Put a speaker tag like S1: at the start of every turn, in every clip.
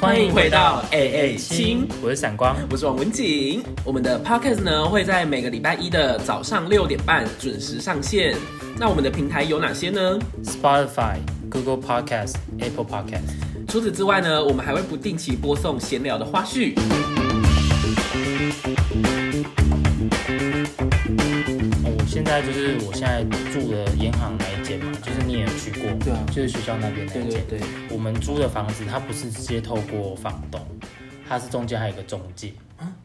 S1: 欢迎回到 AA 哎亲，
S2: 哎我是闪光，
S1: 我是王文景。我们的 podcast 呢会在每个礼拜一的早上六点半准时上线。那我们的平台有哪些呢？
S2: Spotify、Google Podcast、Apple Podcast。
S1: 除此之外呢，我们还会不定期播送闲聊的花絮。
S2: 哦我现在就是我现在住的银行那一间嘛，就是你也有去过，
S1: 对啊
S2: 就是学校那边那一间。
S1: 对对对
S2: 我们租的房子，它不是直接透过房东，它是中间还有一个中介，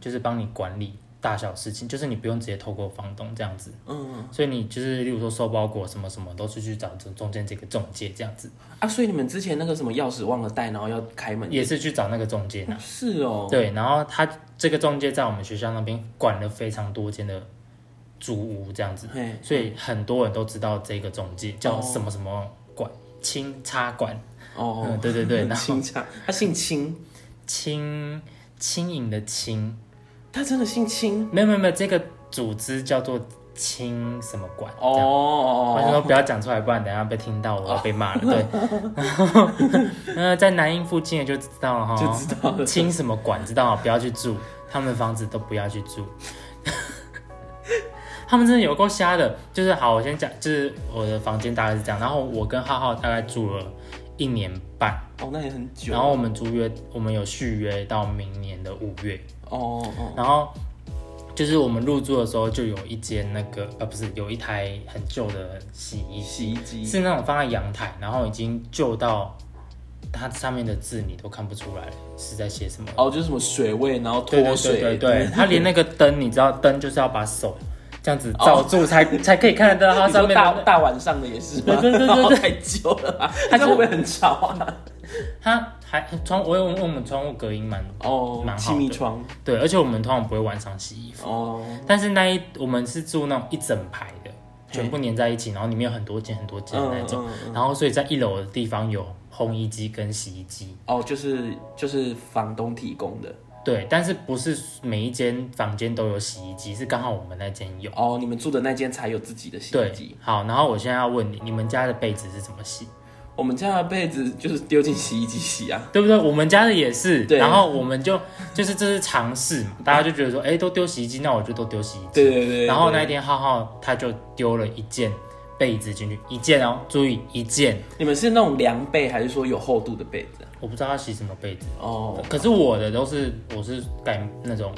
S2: 就是帮你管理大小事情，就是你不用直接透过房东这样子。
S1: 嗯
S2: 所以你就是，例如说收包裹什么什么，都是去找中中间这个中介这样子，
S1: 啊，所以你们之前那个什么钥匙忘了带，然后要开门，
S2: 也是去找那个中介拿。
S1: 是哦。
S2: 对，然后他这个中介在我们学校那边管了非常多间的租屋这样子
S1: 嘿，
S2: 所以很多人都知道这个中介叫什么什么管，清差管，
S1: 哦
S2: 嗯，，对对 对，然后
S1: 清唱，他姓清，
S2: 清轻盈的轻，
S1: 他真的姓清
S2: 没有没有没有，这个组织叫做清什么管这样我想
S1: 哦。
S2: 说不要讲出来，不然等一下被听到我要被骂了。对，然 后呃，在南英附近的就知道了哈，
S1: 就知 道了
S2: 清什么管知道，不要去住，他们的房子都不要去住。 他们真的有够瞎的，就是好，我先讲，就是我的房间大概是这样，然后我跟浩浩大概住了一年半，
S1: 哦，那也很久。
S2: 然后我们租约，我们有续约到明年的五月，
S1: 哦哦，
S2: 然后就是我们入住的时候就有一间那个，呃，不是有一台很旧的洗衣机，
S1: 洗衣机
S2: 是那种放在阳台，然后已经旧到它上面的字你都看不出来是在写什么。
S1: 哦，就是什么水位，然后
S2: 对
S1: 脱
S2: 对
S1: 水，
S2: 对对对，它连那个灯，你知道灯就是要把手这样子罩住才、才可以看得到它
S1: 你说
S2: 上面
S1: 大
S2: 的。
S1: 大晚上的也是吗？
S2: 对对对对对
S1: 然后 太久了吧，
S2: 它
S1: 它
S2: 就
S1: 会不会很 吵啊？
S2: 它还窗，我有问我们窗户隔音蛮
S1: 哦
S2: 蛮，好
S1: 气
S2: 的
S1: 密窗，
S2: 对，而且我们通常不会晚上洗衣服，
S1: 哦，
S2: 但是那一我们是住那种一整排的，
S1: 嘿
S2: 全部粘在一起，然后里面有很多间很多间的那种，
S1: 嗯嗯
S2: 然后所以在一楼的地方有烘衣机跟洗衣机，
S1: 哦，就是就是房东提供的，
S2: 对，但是不是每一间房间都有洗衣机，是刚好我们那间有。
S1: 哦，你们住的那间才有自己的洗衣
S2: 对
S1: 机，，
S2: 好，然后我现在要问你，你们家的被子是怎么洗，
S1: 我们家的被子就是丢进洗衣机洗 啊，
S2: 对不对？我们家的也是，
S1: 对
S2: 然后我们就就是这是尝试嘛，大家就觉得说，哎，都丢洗衣机，那我就都丢洗衣机。
S1: 对对对对
S2: 然后那一天浩浩他就丢了一件被子进去，一件哦，注意一件，
S1: 你们是那种凉被还是说有厚度的被子啊？
S2: 我不知道他洗什么被子，
S1: 哦
S2: 可是我的都是我是盖那种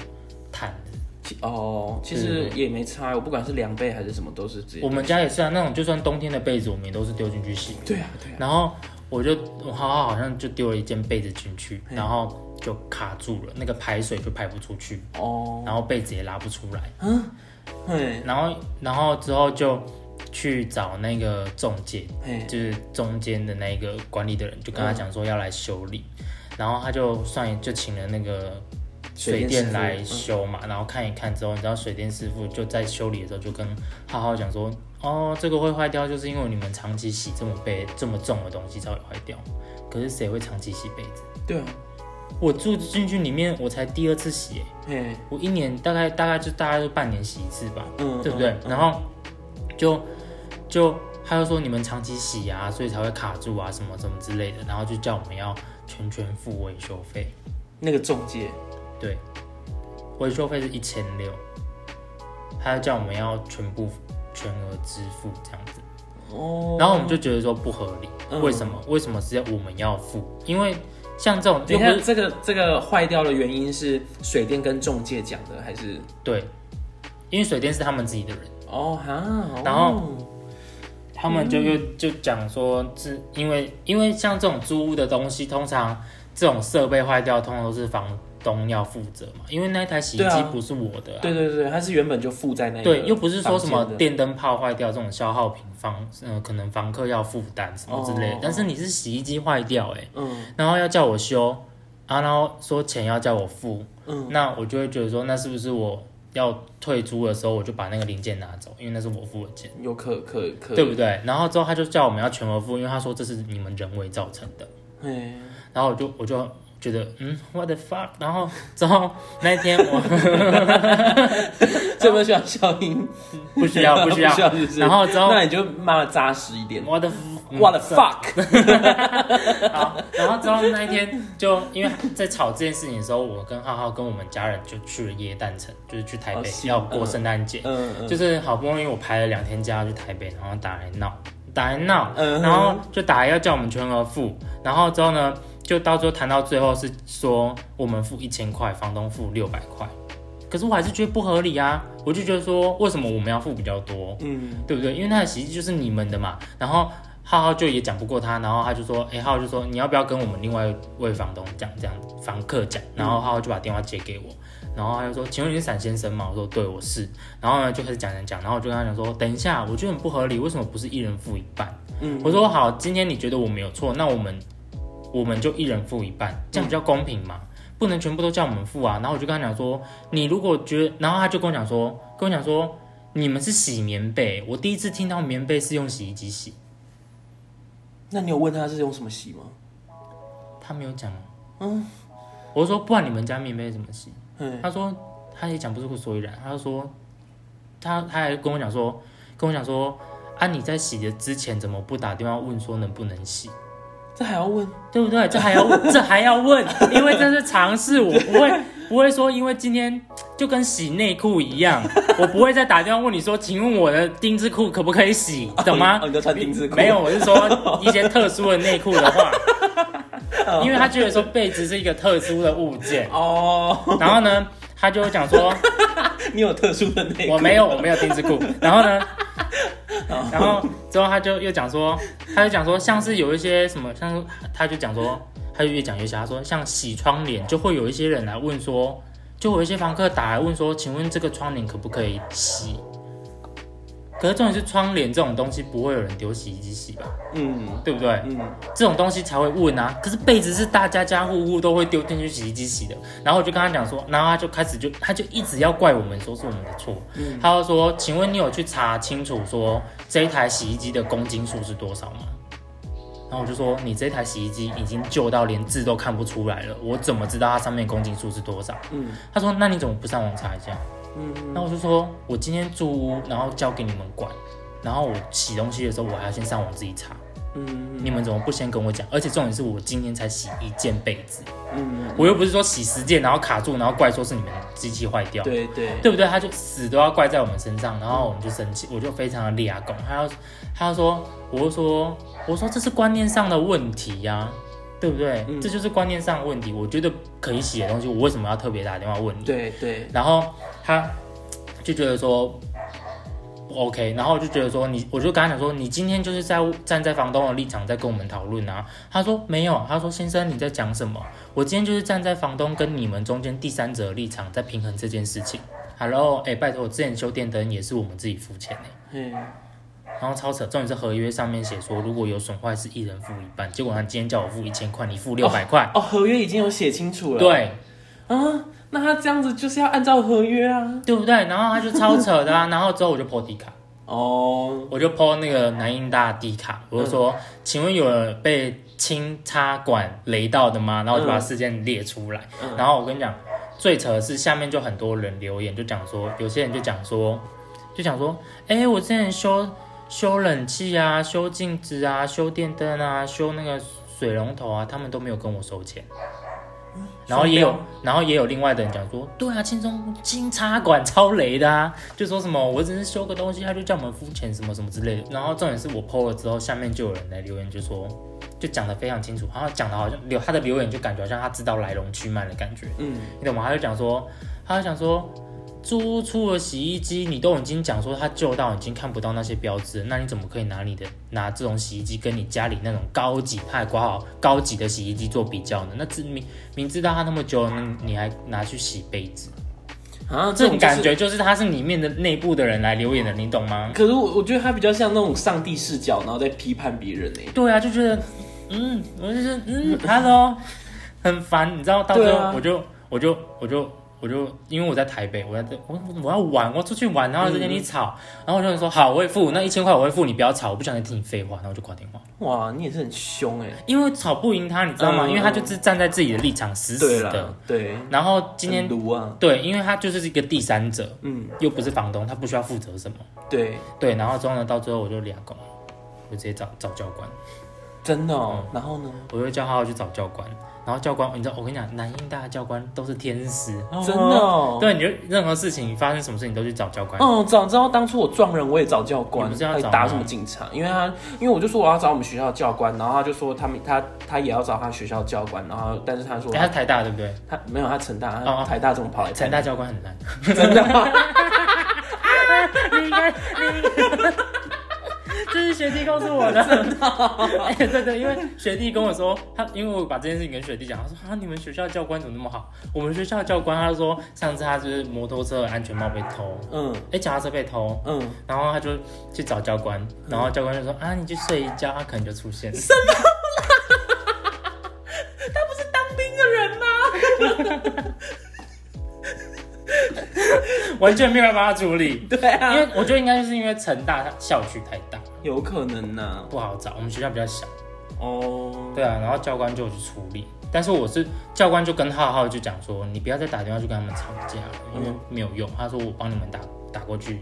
S2: 毯子，
S1: 其哦，其实也没差，我不管是凉被还是什么都是直接
S2: 我，们家也是啊，那种就算冬天的被子，我们也都是丢进去洗。
S1: 对啊对啊，
S2: 然后我就我浩浩好像就丢了一件被子进去，然后就卡住了，那个排水就排不出去，
S1: 哦，
S2: 然后被子也拉不出来，
S1: 嘿，
S2: 然后然后之后就去找那个中介
S1: 嘿，
S2: 就是中间的那个管理的人，就跟他讲说要来修理，然后他就算就请了那个。水电来修嘛，然后看一看之后，你知道水电师傅就在修理的时候就跟浩浩讲说，哦，这个会坏掉，就是因为你们长期洗这么被这么重的东西才会坏掉。可是谁会长期洗被子？
S1: 对啊，
S2: 我住进去里面，我才第二次洗耶、
S1: 嘿，
S2: 我一年大概大概就大概就半年洗一次吧，
S1: 嗯
S2: 对不对？然后就就他就说你们长期洗啊，所以才会卡住啊，什么什么之类的，然后就叫我们要全权付维修费，
S1: 那个中介，
S2: 对，维修费是一千六，他叫我们要全部全额支付这样子，
S1: 哦，
S2: 然后我们就觉得说不合理，
S1: 嗯
S2: 为什么？为什么是要我们要付？因为像这种
S1: 等
S2: 又不
S1: 一下，
S2: 是
S1: 这个这个坏掉的原因是水电跟中介讲的，还是
S2: 对，因为水电是他们自己的人。
S1: 哦哈？哦
S2: 然后他们就又
S1: 嗯
S2: 就讲说，是因为因为像这种租屋的东西，通常这种设备坏掉，通常都是房东要负责嘛，因为那台洗衣
S1: 对
S2: 机
S1: 啊
S2: 不是我的、啊。
S1: 对对对，它是原本就附在那个
S2: 对又不是说什么
S1: 房间的
S2: 电灯泡坏掉这种消耗品房，呃，可能房客要负担什么之类的。
S1: 哦
S2: 但是你是洗衣机坏掉、欸，
S1: 嗯
S2: 然后要叫我修，啊，然后说钱要叫我付，
S1: 嗯
S2: 那我就会觉得说，那是不是我要退租的时候，我就把那个零件拿走，因为那是我付的钱。
S1: 有可可可
S2: 对不对？然后之后他就叫我们要全额付，因为他说这是你们人为造成的。
S1: 哎，
S2: 然后我就我就觉得嗯，what the fuck，然后之后那一天我
S1: 这么需要消音，
S2: 不需要不需要，
S1: 是 不是
S2: 然后之后
S1: 那你就骂的扎实一点。嗯
S2: 我的
S1: What the fuck！
S2: 好，然后之后那一天就因为在吵这件事情的时候，我跟浩浩跟我们家人就去了耶诞城，就是去台
S1: 哦
S2: 北、
S1: 是
S2: 要过圣诞节，
S1: 嗯嗯，
S2: 就是好不容易我排了两天假要去台北，然后打来闹，打来闹，
S1: 嗯
S2: 然后就打来要叫我们全额付，然后之后呢，就到最后谈到最后是说我们付一千块，房东付六百块，可是我还是觉得不合理啊，我就觉得说为什么我们要付比较多？
S1: 嗯，
S2: 对不对？因为那个洗衣机就是你们的嘛。然后浩浩就也讲不过他，然后他就说，哎，浩浩就说你要不要跟我们另外一位房东讲，这样房客讲。然后浩浩就把电话接给我，然后他就说，请问你是闪先生吗？我说对，我是。然后呢就开始讲讲讲，然后我就跟他讲说，等一下，我觉得很不合理，为什么不是一人付一半？
S1: 嗯，
S2: 我说好，今天你觉得我没有错，那我们我们就一人付一半，这样比较公平嘛，不能全部都叫我们付啊。然后我就跟他讲说，你如果觉得，然后他就跟我讲说，跟我讲说，你们是洗棉被，我第一次听到棉被是用洗衣机洗，
S1: 那你有问他是用什么洗吗？
S2: 他没有讲啊。嗯，我说不然你们家棉被怎么洗？
S1: 嗯，
S2: 他说他也讲不出个所以然，他就说他他还跟我讲说，跟我讲说啊你在洗的之前怎么不打电话问说能不能洗？
S1: 这还要问？
S2: 对不对？这还要 问，这还要问，因为这是尝试，我不会不会说，因为今天就跟洗内裤一样，我不会再打电话问你说，请问我的丁字裤可不可以洗，懂吗
S1: 哦，？你都穿丁字裤？
S2: 没有，，我是说一些特殊的内裤的话，因为他觉得说被子是一个特殊的物件，
S1: 哦，
S2: 然后呢，他就讲说。
S1: 你有特殊的内裤？
S2: 我没有，我没有丁字裤。然后呢，然后之后他就又讲说，他就讲说，像是有一些什么，像是他就讲说，他就越讲越瞎，他说像洗窗帘，就会有一些人来问说，就有一些房客打来问说，请问这个窗帘可不可以洗？可是重点是窗帘这种东西不会有人丢洗衣机洗吧，
S1: 嗯
S2: 对不对？
S1: 嗯，
S2: 这种东西才会问啊。可是被子是大家家户户都会丢进去洗衣机洗的，然后我就跟他讲说，然后他就开始就他就一直要怪我们说是我们的错，他就说，请问你有去查清楚说这一台洗衣机的公斤数是多少吗？然后我就说，你这台洗衣机已经旧到连字都看不出来了，我怎么知道它上面公斤数是多少？
S1: 嗯
S2: 他说，那你怎么不上网查一下？
S1: 嗯嗯
S2: 那我就说，我今天住屋，然后交给你们管，然后我洗东西的时候，我还要先上网自己查。
S1: 嗯
S2: 你们怎么不先跟我讲？而且重点是我今天才洗一件被子，
S1: 嗯，
S2: 我又不是说洗十件，然后卡住，然后怪说是你们机器坏掉，
S1: 对对，
S2: 对不对？他就死都要怪在我们身上，然后我们就生气，我就非常的立牙拱，他要他要说，我就说我说这是观念上的问题呀、对不对？
S1: 嗯
S2: 这就是观念上的问题。我觉得可以洗的东西，我为什么要特别打电话问你？
S1: 对对，
S2: 然后他就觉得说不 OK，然后我就觉得说你，我就跟他讲说，你今天就是在站在房东的立场在跟我们讨论啊。他说没有，他说先生你在讲什么？我今天就是站在房东跟你们中间第三者的立场在平衡这件事情。Hello，哎、拜托，我之前修电灯也是我们自己付钱欸
S1: 嗯，
S2: 然后超扯，重点是合约上面写说如果有损坏是一人付一半，结果他今天叫我付一千块，你付六百块，
S1: 哦，合约已经有写清楚了。
S2: 对，
S1: 啊，那他这样子就是要按照合约啊。
S2: 对不对？然后他就超扯的啊， 然后之后我就破底卡。
S1: 哦，
S2: 我就 po 那个南印大低卡，我就说，请问有人被清插管雷到的吗？然后我就把事件列出来。
S1: 嗯
S2: 然后我跟你讲，最扯的是下面就很多人留言，就讲说，有些人就讲说，就讲说，哎、我之前修修冷气啊，修镜子啊，修电灯啊，修那个水龙头啊，他们都没有跟我收钱。然后也有
S1: 双标，
S2: 然后也有另外的人讲说，对啊，轻松轻插管超雷的啊，就说什么我只是修个东西，他就叫我们付钱什么什么之类的。然后重点是我 PO 了之后，下面就有人来留言，就说就讲的非常清楚，然后讲的好像留他的留言就感觉好像他知道来龙去脉的感觉，
S1: 嗯，
S2: 你懂吗？他就讲说，他就讲说。租出的洗衣机，你都已经讲说它旧到已经看不到那些标志了，那你怎么可以拿你的拿这种洗衣机跟你家里那种高级，他还挂好高级的洗衣机做比较呢？那知明明知道它那么久了，那你还拿去洗杯子，
S1: 啊，
S2: 这
S1: 这
S2: 种
S1: 种
S2: 感
S1: 感
S2: 觉
S1: 觉。
S2: 就是他是里面的内部的人来留言的，你懂吗？
S1: 可是我我觉得他比较像那种上帝视角，然后在批判别人欸呢、
S2: 对啊，就觉得，嗯，我就是嗯，hello，很烦，你知道，到最
S1: 对
S2: 后
S1: 啊
S2: 我就、我就我就我就因为我在台北，我在我我要玩，我出去玩，然后在跟你
S1: 嗯
S2: 吵，然后我就说好，我会付那一千块，我会付，你不要吵，我不想再听你废话，然后我就挂电话，
S1: 哇，你也是很凶哎、
S2: 因为吵不赢他，你知道吗？
S1: 嗯
S2: 因为他就是站在自己的立场死
S1: 对
S2: 死的
S1: 了，，对，
S2: 然后今天
S1: 很毒啊，
S2: 对，因为他就是一个第三者，
S1: 嗯，
S2: 又不是房东，他不需要负责什么，
S1: 对，
S2: 对，然后之后呢，到最后我就俩狗，我就直接找找教官，
S1: 真的哦。然后呢？
S2: 我就叫他去找教官，然后教官，哦你知道，我跟你讲，南英大的教官都是天使，
S1: 真的哦
S2: 对，你就任何事情发生什么事情都去找教官，
S1: 哦，早知道当初我撞人，我也找教官，
S2: 你不是要
S1: 还
S2: 找
S1: 打
S2: 吗
S1: 什么警察？因为他，因为我就说我要找我们学校的教官，然后他就说他们他他也要找他学校的教官，然后但是他说
S2: 哎他是台大对不对？
S1: 他没有他成大，
S2: 哦
S1: 他
S2: 哦
S1: 台大怎么跑来台
S2: 成大教官很烂，
S1: 真的 吗？
S2: 你应该你。这是学弟告诉我的，真的、 哎，对对，因为学弟跟我说，他因为我把这件事情跟学弟讲，他说啊，你们学校教官怎么那么好？我们学校教官他说，上次他就是摩托车的安全帽被偷，
S1: 嗯
S2: 哎、脚踏车被偷，
S1: 嗯，
S2: 然后他就去找教官，然后教官就说、啊，你去睡一觉，他可能就出现了。
S1: 他不是当兵的人吗？
S2: 完全没有办法帮他处理。
S1: 对
S2: 因
S1: 啊，
S2: 为我觉得应该就是因为成大它校区太大，
S1: 有可能呐、
S2: 不好找。我们学校比较小，
S1: 哦，
S2: 对啊。然后教官就有去处理，但是我是教官就跟浩浩就讲说，你不要再打电话去跟他们吵架了，因为没有用。他说我帮你们打打过去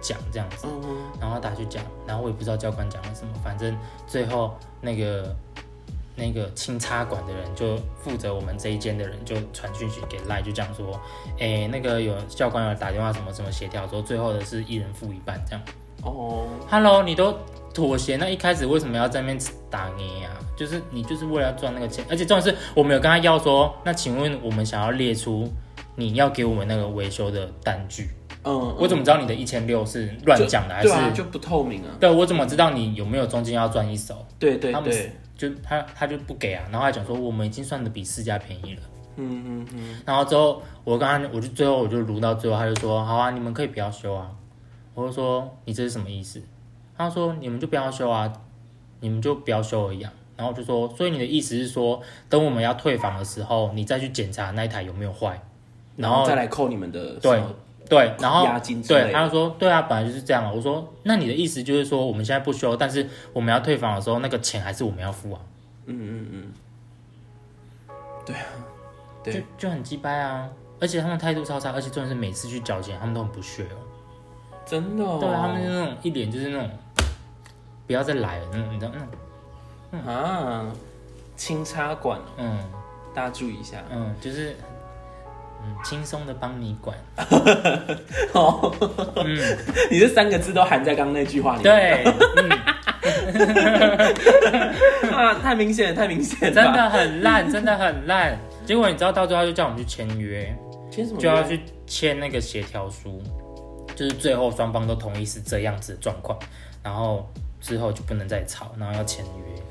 S2: 讲这样子，
S1: 嗯，
S2: 然后他打去讲，然后我也不知道教官讲了什么，反正最后那个那个清插管的人就负责我们这一间的人就传讯息给赖，就讲说，哎，那个有教官有打电话什么什么协调，说最后的是一人付一半这样。
S1: 哦，
S2: Hello，你都妥协，那一开始为什么要在那边打你呀、就是你就是为了要赚那个钱，而且重点是我们有跟他要说，那请问我们想要列出你要给我们那个维修的单据，
S1: 嗯，
S2: 我怎么知道你的一千六是乱讲的还
S1: 对
S2: 是？
S1: 啊，就不透明啊，
S2: 对，我怎么知道你有没有中间要赚一手？
S1: 对对
S2: 他们
S1: 对，
S2: 就他他就不给啊，然后他讲说我们已经算的比市价便宜了。
S1: 嗯嗯嗯，
S2: 然后之后我刚刚我就最后我就撸到最后，他就说好啊，你们可以不要修啊。我就说你这是什么意思？他说你们就不要修啊，你们就不要修而已啊。然后我就说，所以你的意思是说，等我们要退房的时候，你再去检查那一台有没有坏。然
S1: 然后
S2: 后
S1: 再来扣你们的
S2: 对
S1: 什么
S2: 对，然后
S1: 押金之类
S2: 对，
S1: 的
S2: 他就说，对啊，本来就是这样啊。我说，那你的意思就是说，我们现在不修，但是我们要退房的时候，那个钱还是我们要付啊，
S1: 嗯嗯嗯，对啊，
S2: 就
S1: 对，
S2: 就很鸡掰啊。而且他们态度超差，而且重点是每次去缴钱，他们都很不屑哦。
S1: 真的、哦，
S2: 对啊，他们就那种一脸就是那种不要再来了，那种你知道，嗯
S1: 啊，清插管哦，
S2: 嗯
S1: 大家注意一下。
S2: 嗯，就是嗯轻松的帮你管，
S1: 哦，
S2: 嗯，
S1: 你这三个字都含在刚刚那句话里面。
S2: 对，嗯，
S1: 对啊，太明显了，太明显了。
S2: 真的很烂，真的很烂。结果你知道，到最后他就叫我们去签约，
S1: 签什么约？
S2: 就要去签那个协调书，就是最后双方都同意是这样子的状况，然后之后就不能再吵，然后要签约，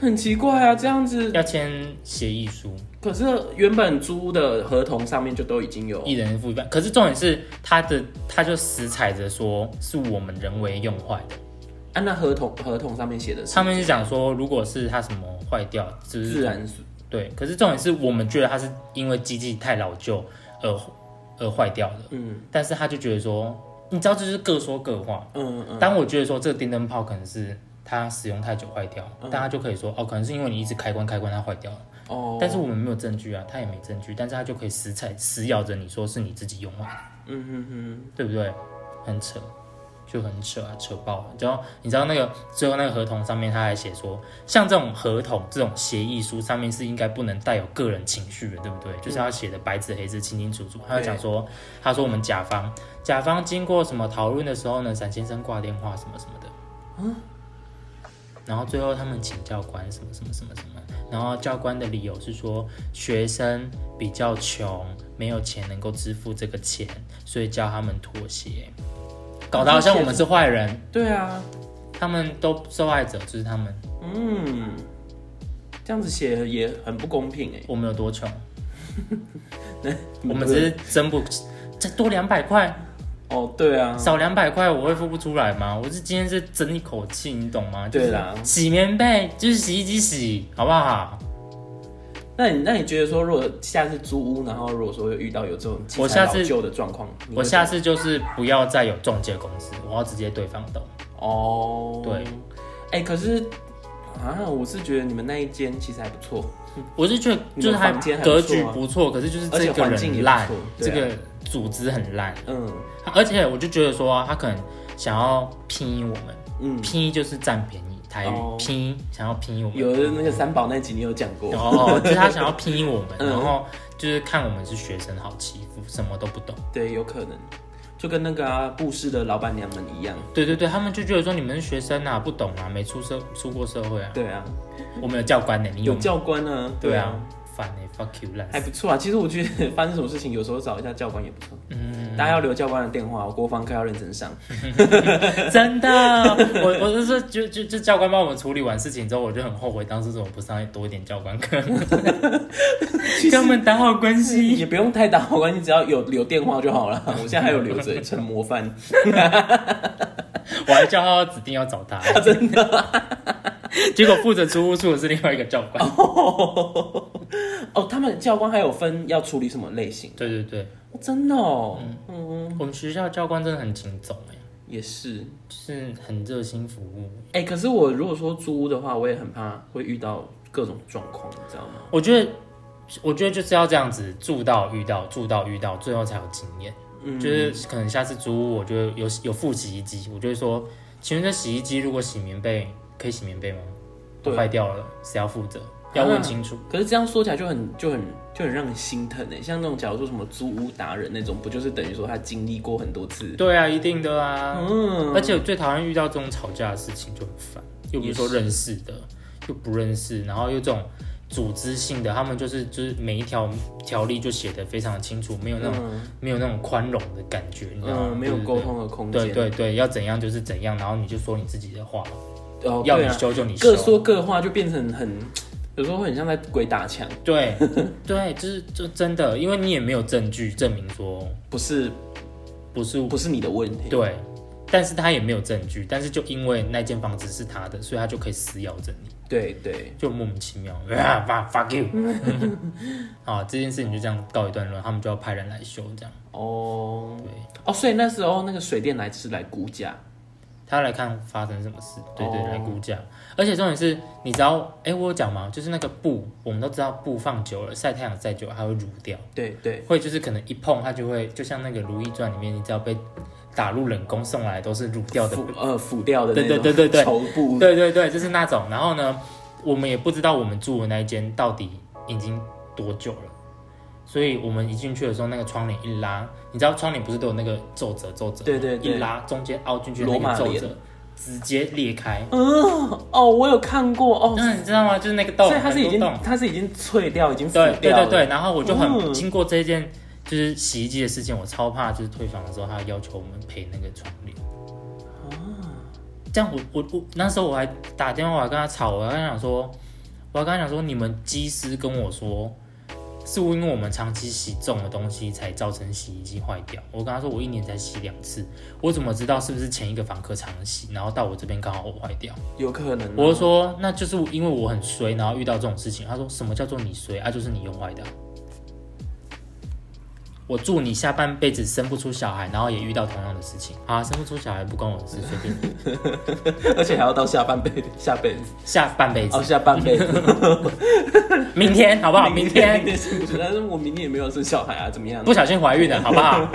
S1: 很奇怪啊，这样子。
S2: 要签协议书，
S1: 可是原本租的合同上面就都已经有
S2: 一人付一半。可是重点是他的，他就死踩着说是我们人为用坏的，
S1: 啊，那合同合同上面写的是
S2: 上面是讲说如果是他什么坏掉，就是
S1: 自然损
S2: 对。可是重点是我们觉得他是因为机器太老旧而而坏掉的，
S1: 嗯
S2: 但是他就觉得说，你知道这就是各说各话。
S1: 嗯嗯，
S2: 当我觉得说这个电灯泡可能是它使用太久坏掉，大家就可以说哦，可能是因为你一直开关开关它坏掉了。
S1: 嗯哦，
S2: 但是我们没有证据啊，他也没证据，但是他就可以死踩死咬着你说是你自己用坏的，
S1: 嗯哼哼，
S2: 对不对？很扯，就很扯啊，扯爆了。然后你知道那个最后那个合同上面他还写说，像这种合同这种协议书上面是应该不能带有个人情绪的，对不
S1: 嗯
S2: 对？就是要写的白纸黑字清清楚楚。他就讲说，他说我们甲方甲方经过什么讨论的时候呢，闪先生挂电话什么什么的。然后最后他们请教官什么什么什么什么，然后教官的理由是说学生比较穷，没有钱能够支付这个钱，所以叫他们妥协，搞得好像我们是坏人，
S1: 对啊，
S2: 他们都受害者就是他们，
S1: 嗯，这样子写也很不公平哎、
S2: 我们有多穷，我们只是真不起，再多两百块，
S1: 哦，对啊，
S2: 少两百块我会付不出来吗？我是今天是争一口气，你懂吗？就是
S1: 对啦
S2: 洗棉被就是洗衣机洗，好不好？
S1: 那你那你觉得说，如果下次租屋，然后如果说有遇到有这种器
S2: 我
S1: 材
S2: 下
S1: 老
S2: 次
S1: 旧的状况，你会
S2: 我下
S1: 怎么
S2: 次就是不要再有中介公司，我要直接对房东。
S1: 哦，
S2: 对，
S1: 哎、可是啊，我是觉得你们那一间其实还不错，
S2: 我是觉得
S1: 你们
S2: 就是还
S1: 房间还不错啊
S2: 格局不错，可是就是
S1: 而且
S2: 这个
S1: 环境也
S2: 人
S1: 不
S2: 烂
S1: 错，对
S2: 这
S1: 啊
S2: 个组织很烂，
S1: 嗯
S2: 他而且我就觉得说啊、他可能想要便宜我们，
S1: 嗯，
S2: 便宜就是占便宜，台语
S1: 哦
S2: 便宜想要便宜我们，
S1: 有的那个三宝那集你有讲过，
S2: 哦，就是他想要便宜我们，
S1: 嗯
S2: 然后就是看我们是学生好欺负，什么都不懂。
S1: 对，有可能就跟那个啊布市的老板娘们一样，
S2: 对对对，他们就觉得说你们是学生啊，不懂啊，没出社出过社会啊。
S1: 对啊，
S2: 我们有教官呢、你有
S1: 有
S2: 吗？
S1: 教官啊，
S2: 对啊，，烦哎、f u c k you 烂
S1: 还
S2: 死。
S1: 不错啊。其实我觉得发生什么事情，有时候找一下教官也不错。
S2: 嗯，
S1: 大家要留教官的电话，国防课要认真上。
S2: 真的，我我就是就就就教官帮我们处理完事情之后，我就很后悔当初怎么不上多一点教官课，跟他们打好关系。
S1: 也不用太打好关系，只要有留电话就好了。我现在还有留着，成模范。
S2: 我还叫他指定要找他，啊真的。 结果负责租屋处的是另外一个教官。
S1: 哦，他们教官还有分要处理什么类型？
S2: 对对对，
S1: 哦真的哦，
S2: 嗯我们学校教官真的很勤总哎，
S1: 也是。
S2: 就是很热心服务。
S1: 哎、可是我如果说租屋的话，我也很怕会遇到各种状况，你知道吗？
S2: 我觉得，我觉得就是要这样子住到遇到，住到遇到，最后才有经验。就是可能下次租屋，我就有有附洗衣机，我就会说，请问这洗衣机如果洗棉被可以洗棉被吗？
S1: 对
S2: 坏掉了，谁要负责？要问清楚。
S1: 可是这样说起来就很就很就很让人心疼哎。像那种假如说什么租屋达人那种，不就是等于说他经历过很多次？
S2: 对啊，一定的啊。
S1: 嗯，
S2: 而且我最讨厌遇到这种吵架的事情就很烦，又不是说认识的，又不认识，然后又这种组织性的，他们就是就是每一条条例就写的非常清楚，没有那种、没有那种宽容的感觉，你知道吗？
S1: 嗯嗯，没有
S2: 对
S1: 沟。通的空间。
S2: 对对对对，要怎样就是怎样，然后你就说你自己的话，
S1: 哦，
S2: 要
S1: 对
S2: 你
S1: 啊，
S2: 修就你
S1: 各
S2: 修。
S1: 说各话就变成很，有时候会很像在鬼打墙，
S2: 对 对，就是就真的，因为你也没有证据证明说
S1: 不是
S2: 不是
S1: 不是你的问题。
S2: 对，但是他也没有证据，但是就因为那间房子是他的，所以他就可以撕咬着你。
S1: 对对，
S2: 就莫名其妙，啊，fuck fuck you，好，这件事情就这样告一段落，他们就要派人来修，这样，
S1: 哦
S2: 对，
S1: 哦，所以那时候那个水电来是来估价，
S2: 他来看发生什么事，对对
S1: 哦
S2: 来估价，而且重点是，你知道，哎、我有讲嘛，就是那个布，我们都知道布放久了，晒太阳晒久了，它会乳掉，
S1: 对对，
S2: 会就是可能一碰它就会，就像那个《如懿传》里面，你只要被打入冷宫送来都是乳掉的
S1: 腐呃腐掉的那
S2: 对
S1: 种
S2: 对对对 对
S1: 绸布，
S2: 对对对，就是那种。然后呢，我们也不知道我们住的那一间到底已经多久了，所以我们一进去的时候，那个窗帘一拉，你知道窗帘不是都有那个皱褶皱褶吗，
S1: 对对
S2: 一
S1: 对
S2: 拉中间凹进去
S1: 罗
S2: 那
S1: 马
S2: 个皱
S1: 帘
S2: 褶直接裂开。
S1: 嗯，哦，我有看过哦，
S2: 那你知道吗？就是那个洞，
S1: 所以它是已经
S2: 嗯哦很多洞
S1: 它是已经脆掉，已经腐
S2: 对对
S1: 掉
S2: 对
S1: 了，
S2: 对。然后我就很、
S1: 嗯
S2: 经过这件就是洗衣机的事情，我超怕就是退房的时候，他要求我们赔那个窗帘。这样我我我那时候我还打电话，我还跟他吵，我还跟他讲说，我还跟他讲说，你们机师跟我说，是因为我们长期洗重的东西才造成洗衣机坏掉。我跟他说，我一年才洗两次，我怎么知道是不是前一个房客常洗，然后到我这边刚好我坏掉？
S1: 有可能啊，
S2: 我就说，那就是因为我很衰，然后遇到这种事情。他说，什么叫做你衰啊？就是你用坏的啊。我祝你下半辈子生不出小孩，然后也遇到同样的事情。好啊，生不出小孩不关我的事，随 便。
S1: 而且还要到下半辈下辈子
S2: 下半辈子，
S1: 哦，下半辈子，
S2: 明天好不好？明天
S1: 明天 但是我明天也没有生小孩啊，怎么样？
S2: 不小心怀孕了，好不好？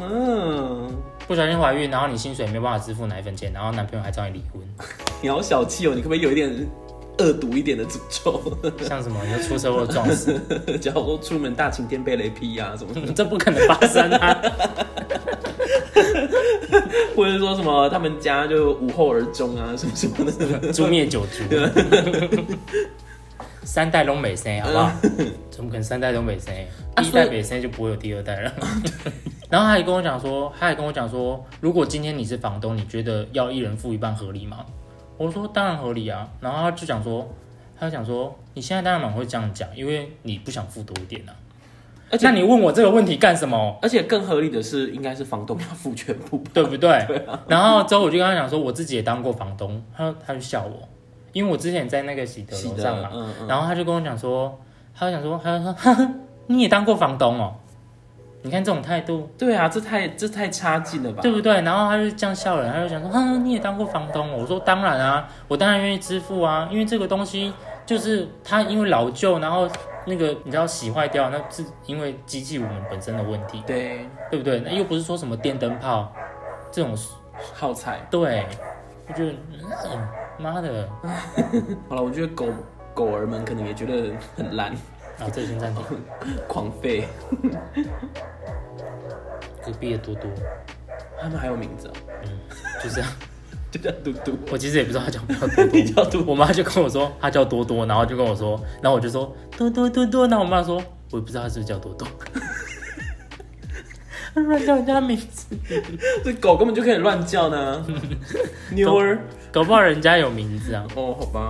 S1: 嗯，
S2: 不小心怀孕，然后你薪水没有办法支付奶粉钱，然后男朋友还找你离婚，
S1: 你好小气哦，你可不可以有一点恶毒一点的诅咒？
S2: 像什么你就出车祸撞死，
S1: 假如说出门大晴天被雷劈啊什么的，
S2: 这不可能发生啊！
S1: 或者说什么他们家就无后而终啊什么什么 的。
S2: 诛灭九族，三代都美生，好不好？怎么可能三代都美生？
S1: 啊
S2: 第一代
S1: 所以
S2: 美生就不会有第二代了。 然后他还跟我讲说，他还跟我讲说，如果今天你是房东，你觉得要一人付一半合理吗？我说当然合理啊。然后他就讲说，他就讲说，你现在当然蛮会这样讲，因为你不想付多一点啊。
S1: 而且
S2: 那你问我这个问题干什么？
S1: 而且更合理的是，应该是房东要付全部吧。 啊
S2: 对不对？然后之后我就跟他讲说，我自己也当过房东，他他就笑我，哎、因为我之前在那个喜德
S1: 喜
S2: 楼
S1: 德，
S2: 上嘛，
S1: 嗯嗯，
S2: 然后他就跟我讲说，他就想说，他就 说，哈哈，你也当过房东哦，你看这种态度，
S1: 对啊，这太这太差劲了吧？
S2: 对不对？然后他就这样笑人，他就想说， 哈，你也当过房东哦、我说当然啊，我当然愿意支付啊，因为这个东西就是它因为老旧，然后那个你知道洗坏掉，那是因为机器我们本身的问题，
S1: 对，
S2: 对不对？那又不是说什么电灯泡这种，
S1: 耗材。
S2: 对，我觉得，嗯妈的，
S1: 好了，我觉得狗狗儿们可能也觉得很烂，
S2: 然啊后这里先暂停，
S1: 狂吠。
S2: 隔壁的多多，
S1: 他们还有名字、哦，
S2: 嗯，就这样。
S1: 就叫嘟 嘟。
S2: 我其实也不知道他叫不叫多多，
S1: 你叫多
S2: 我妈就跟我说他叫多多，然后就跟我说，然后我就说多多多多，然后我妈说我也不知道他是不是叫多 多，她乱叫人家名字，
S1: 这狗根本 就可以乱叫呢。妞儿，
S2: 搞不好人家有名字啊。
S1: 哦，好吧。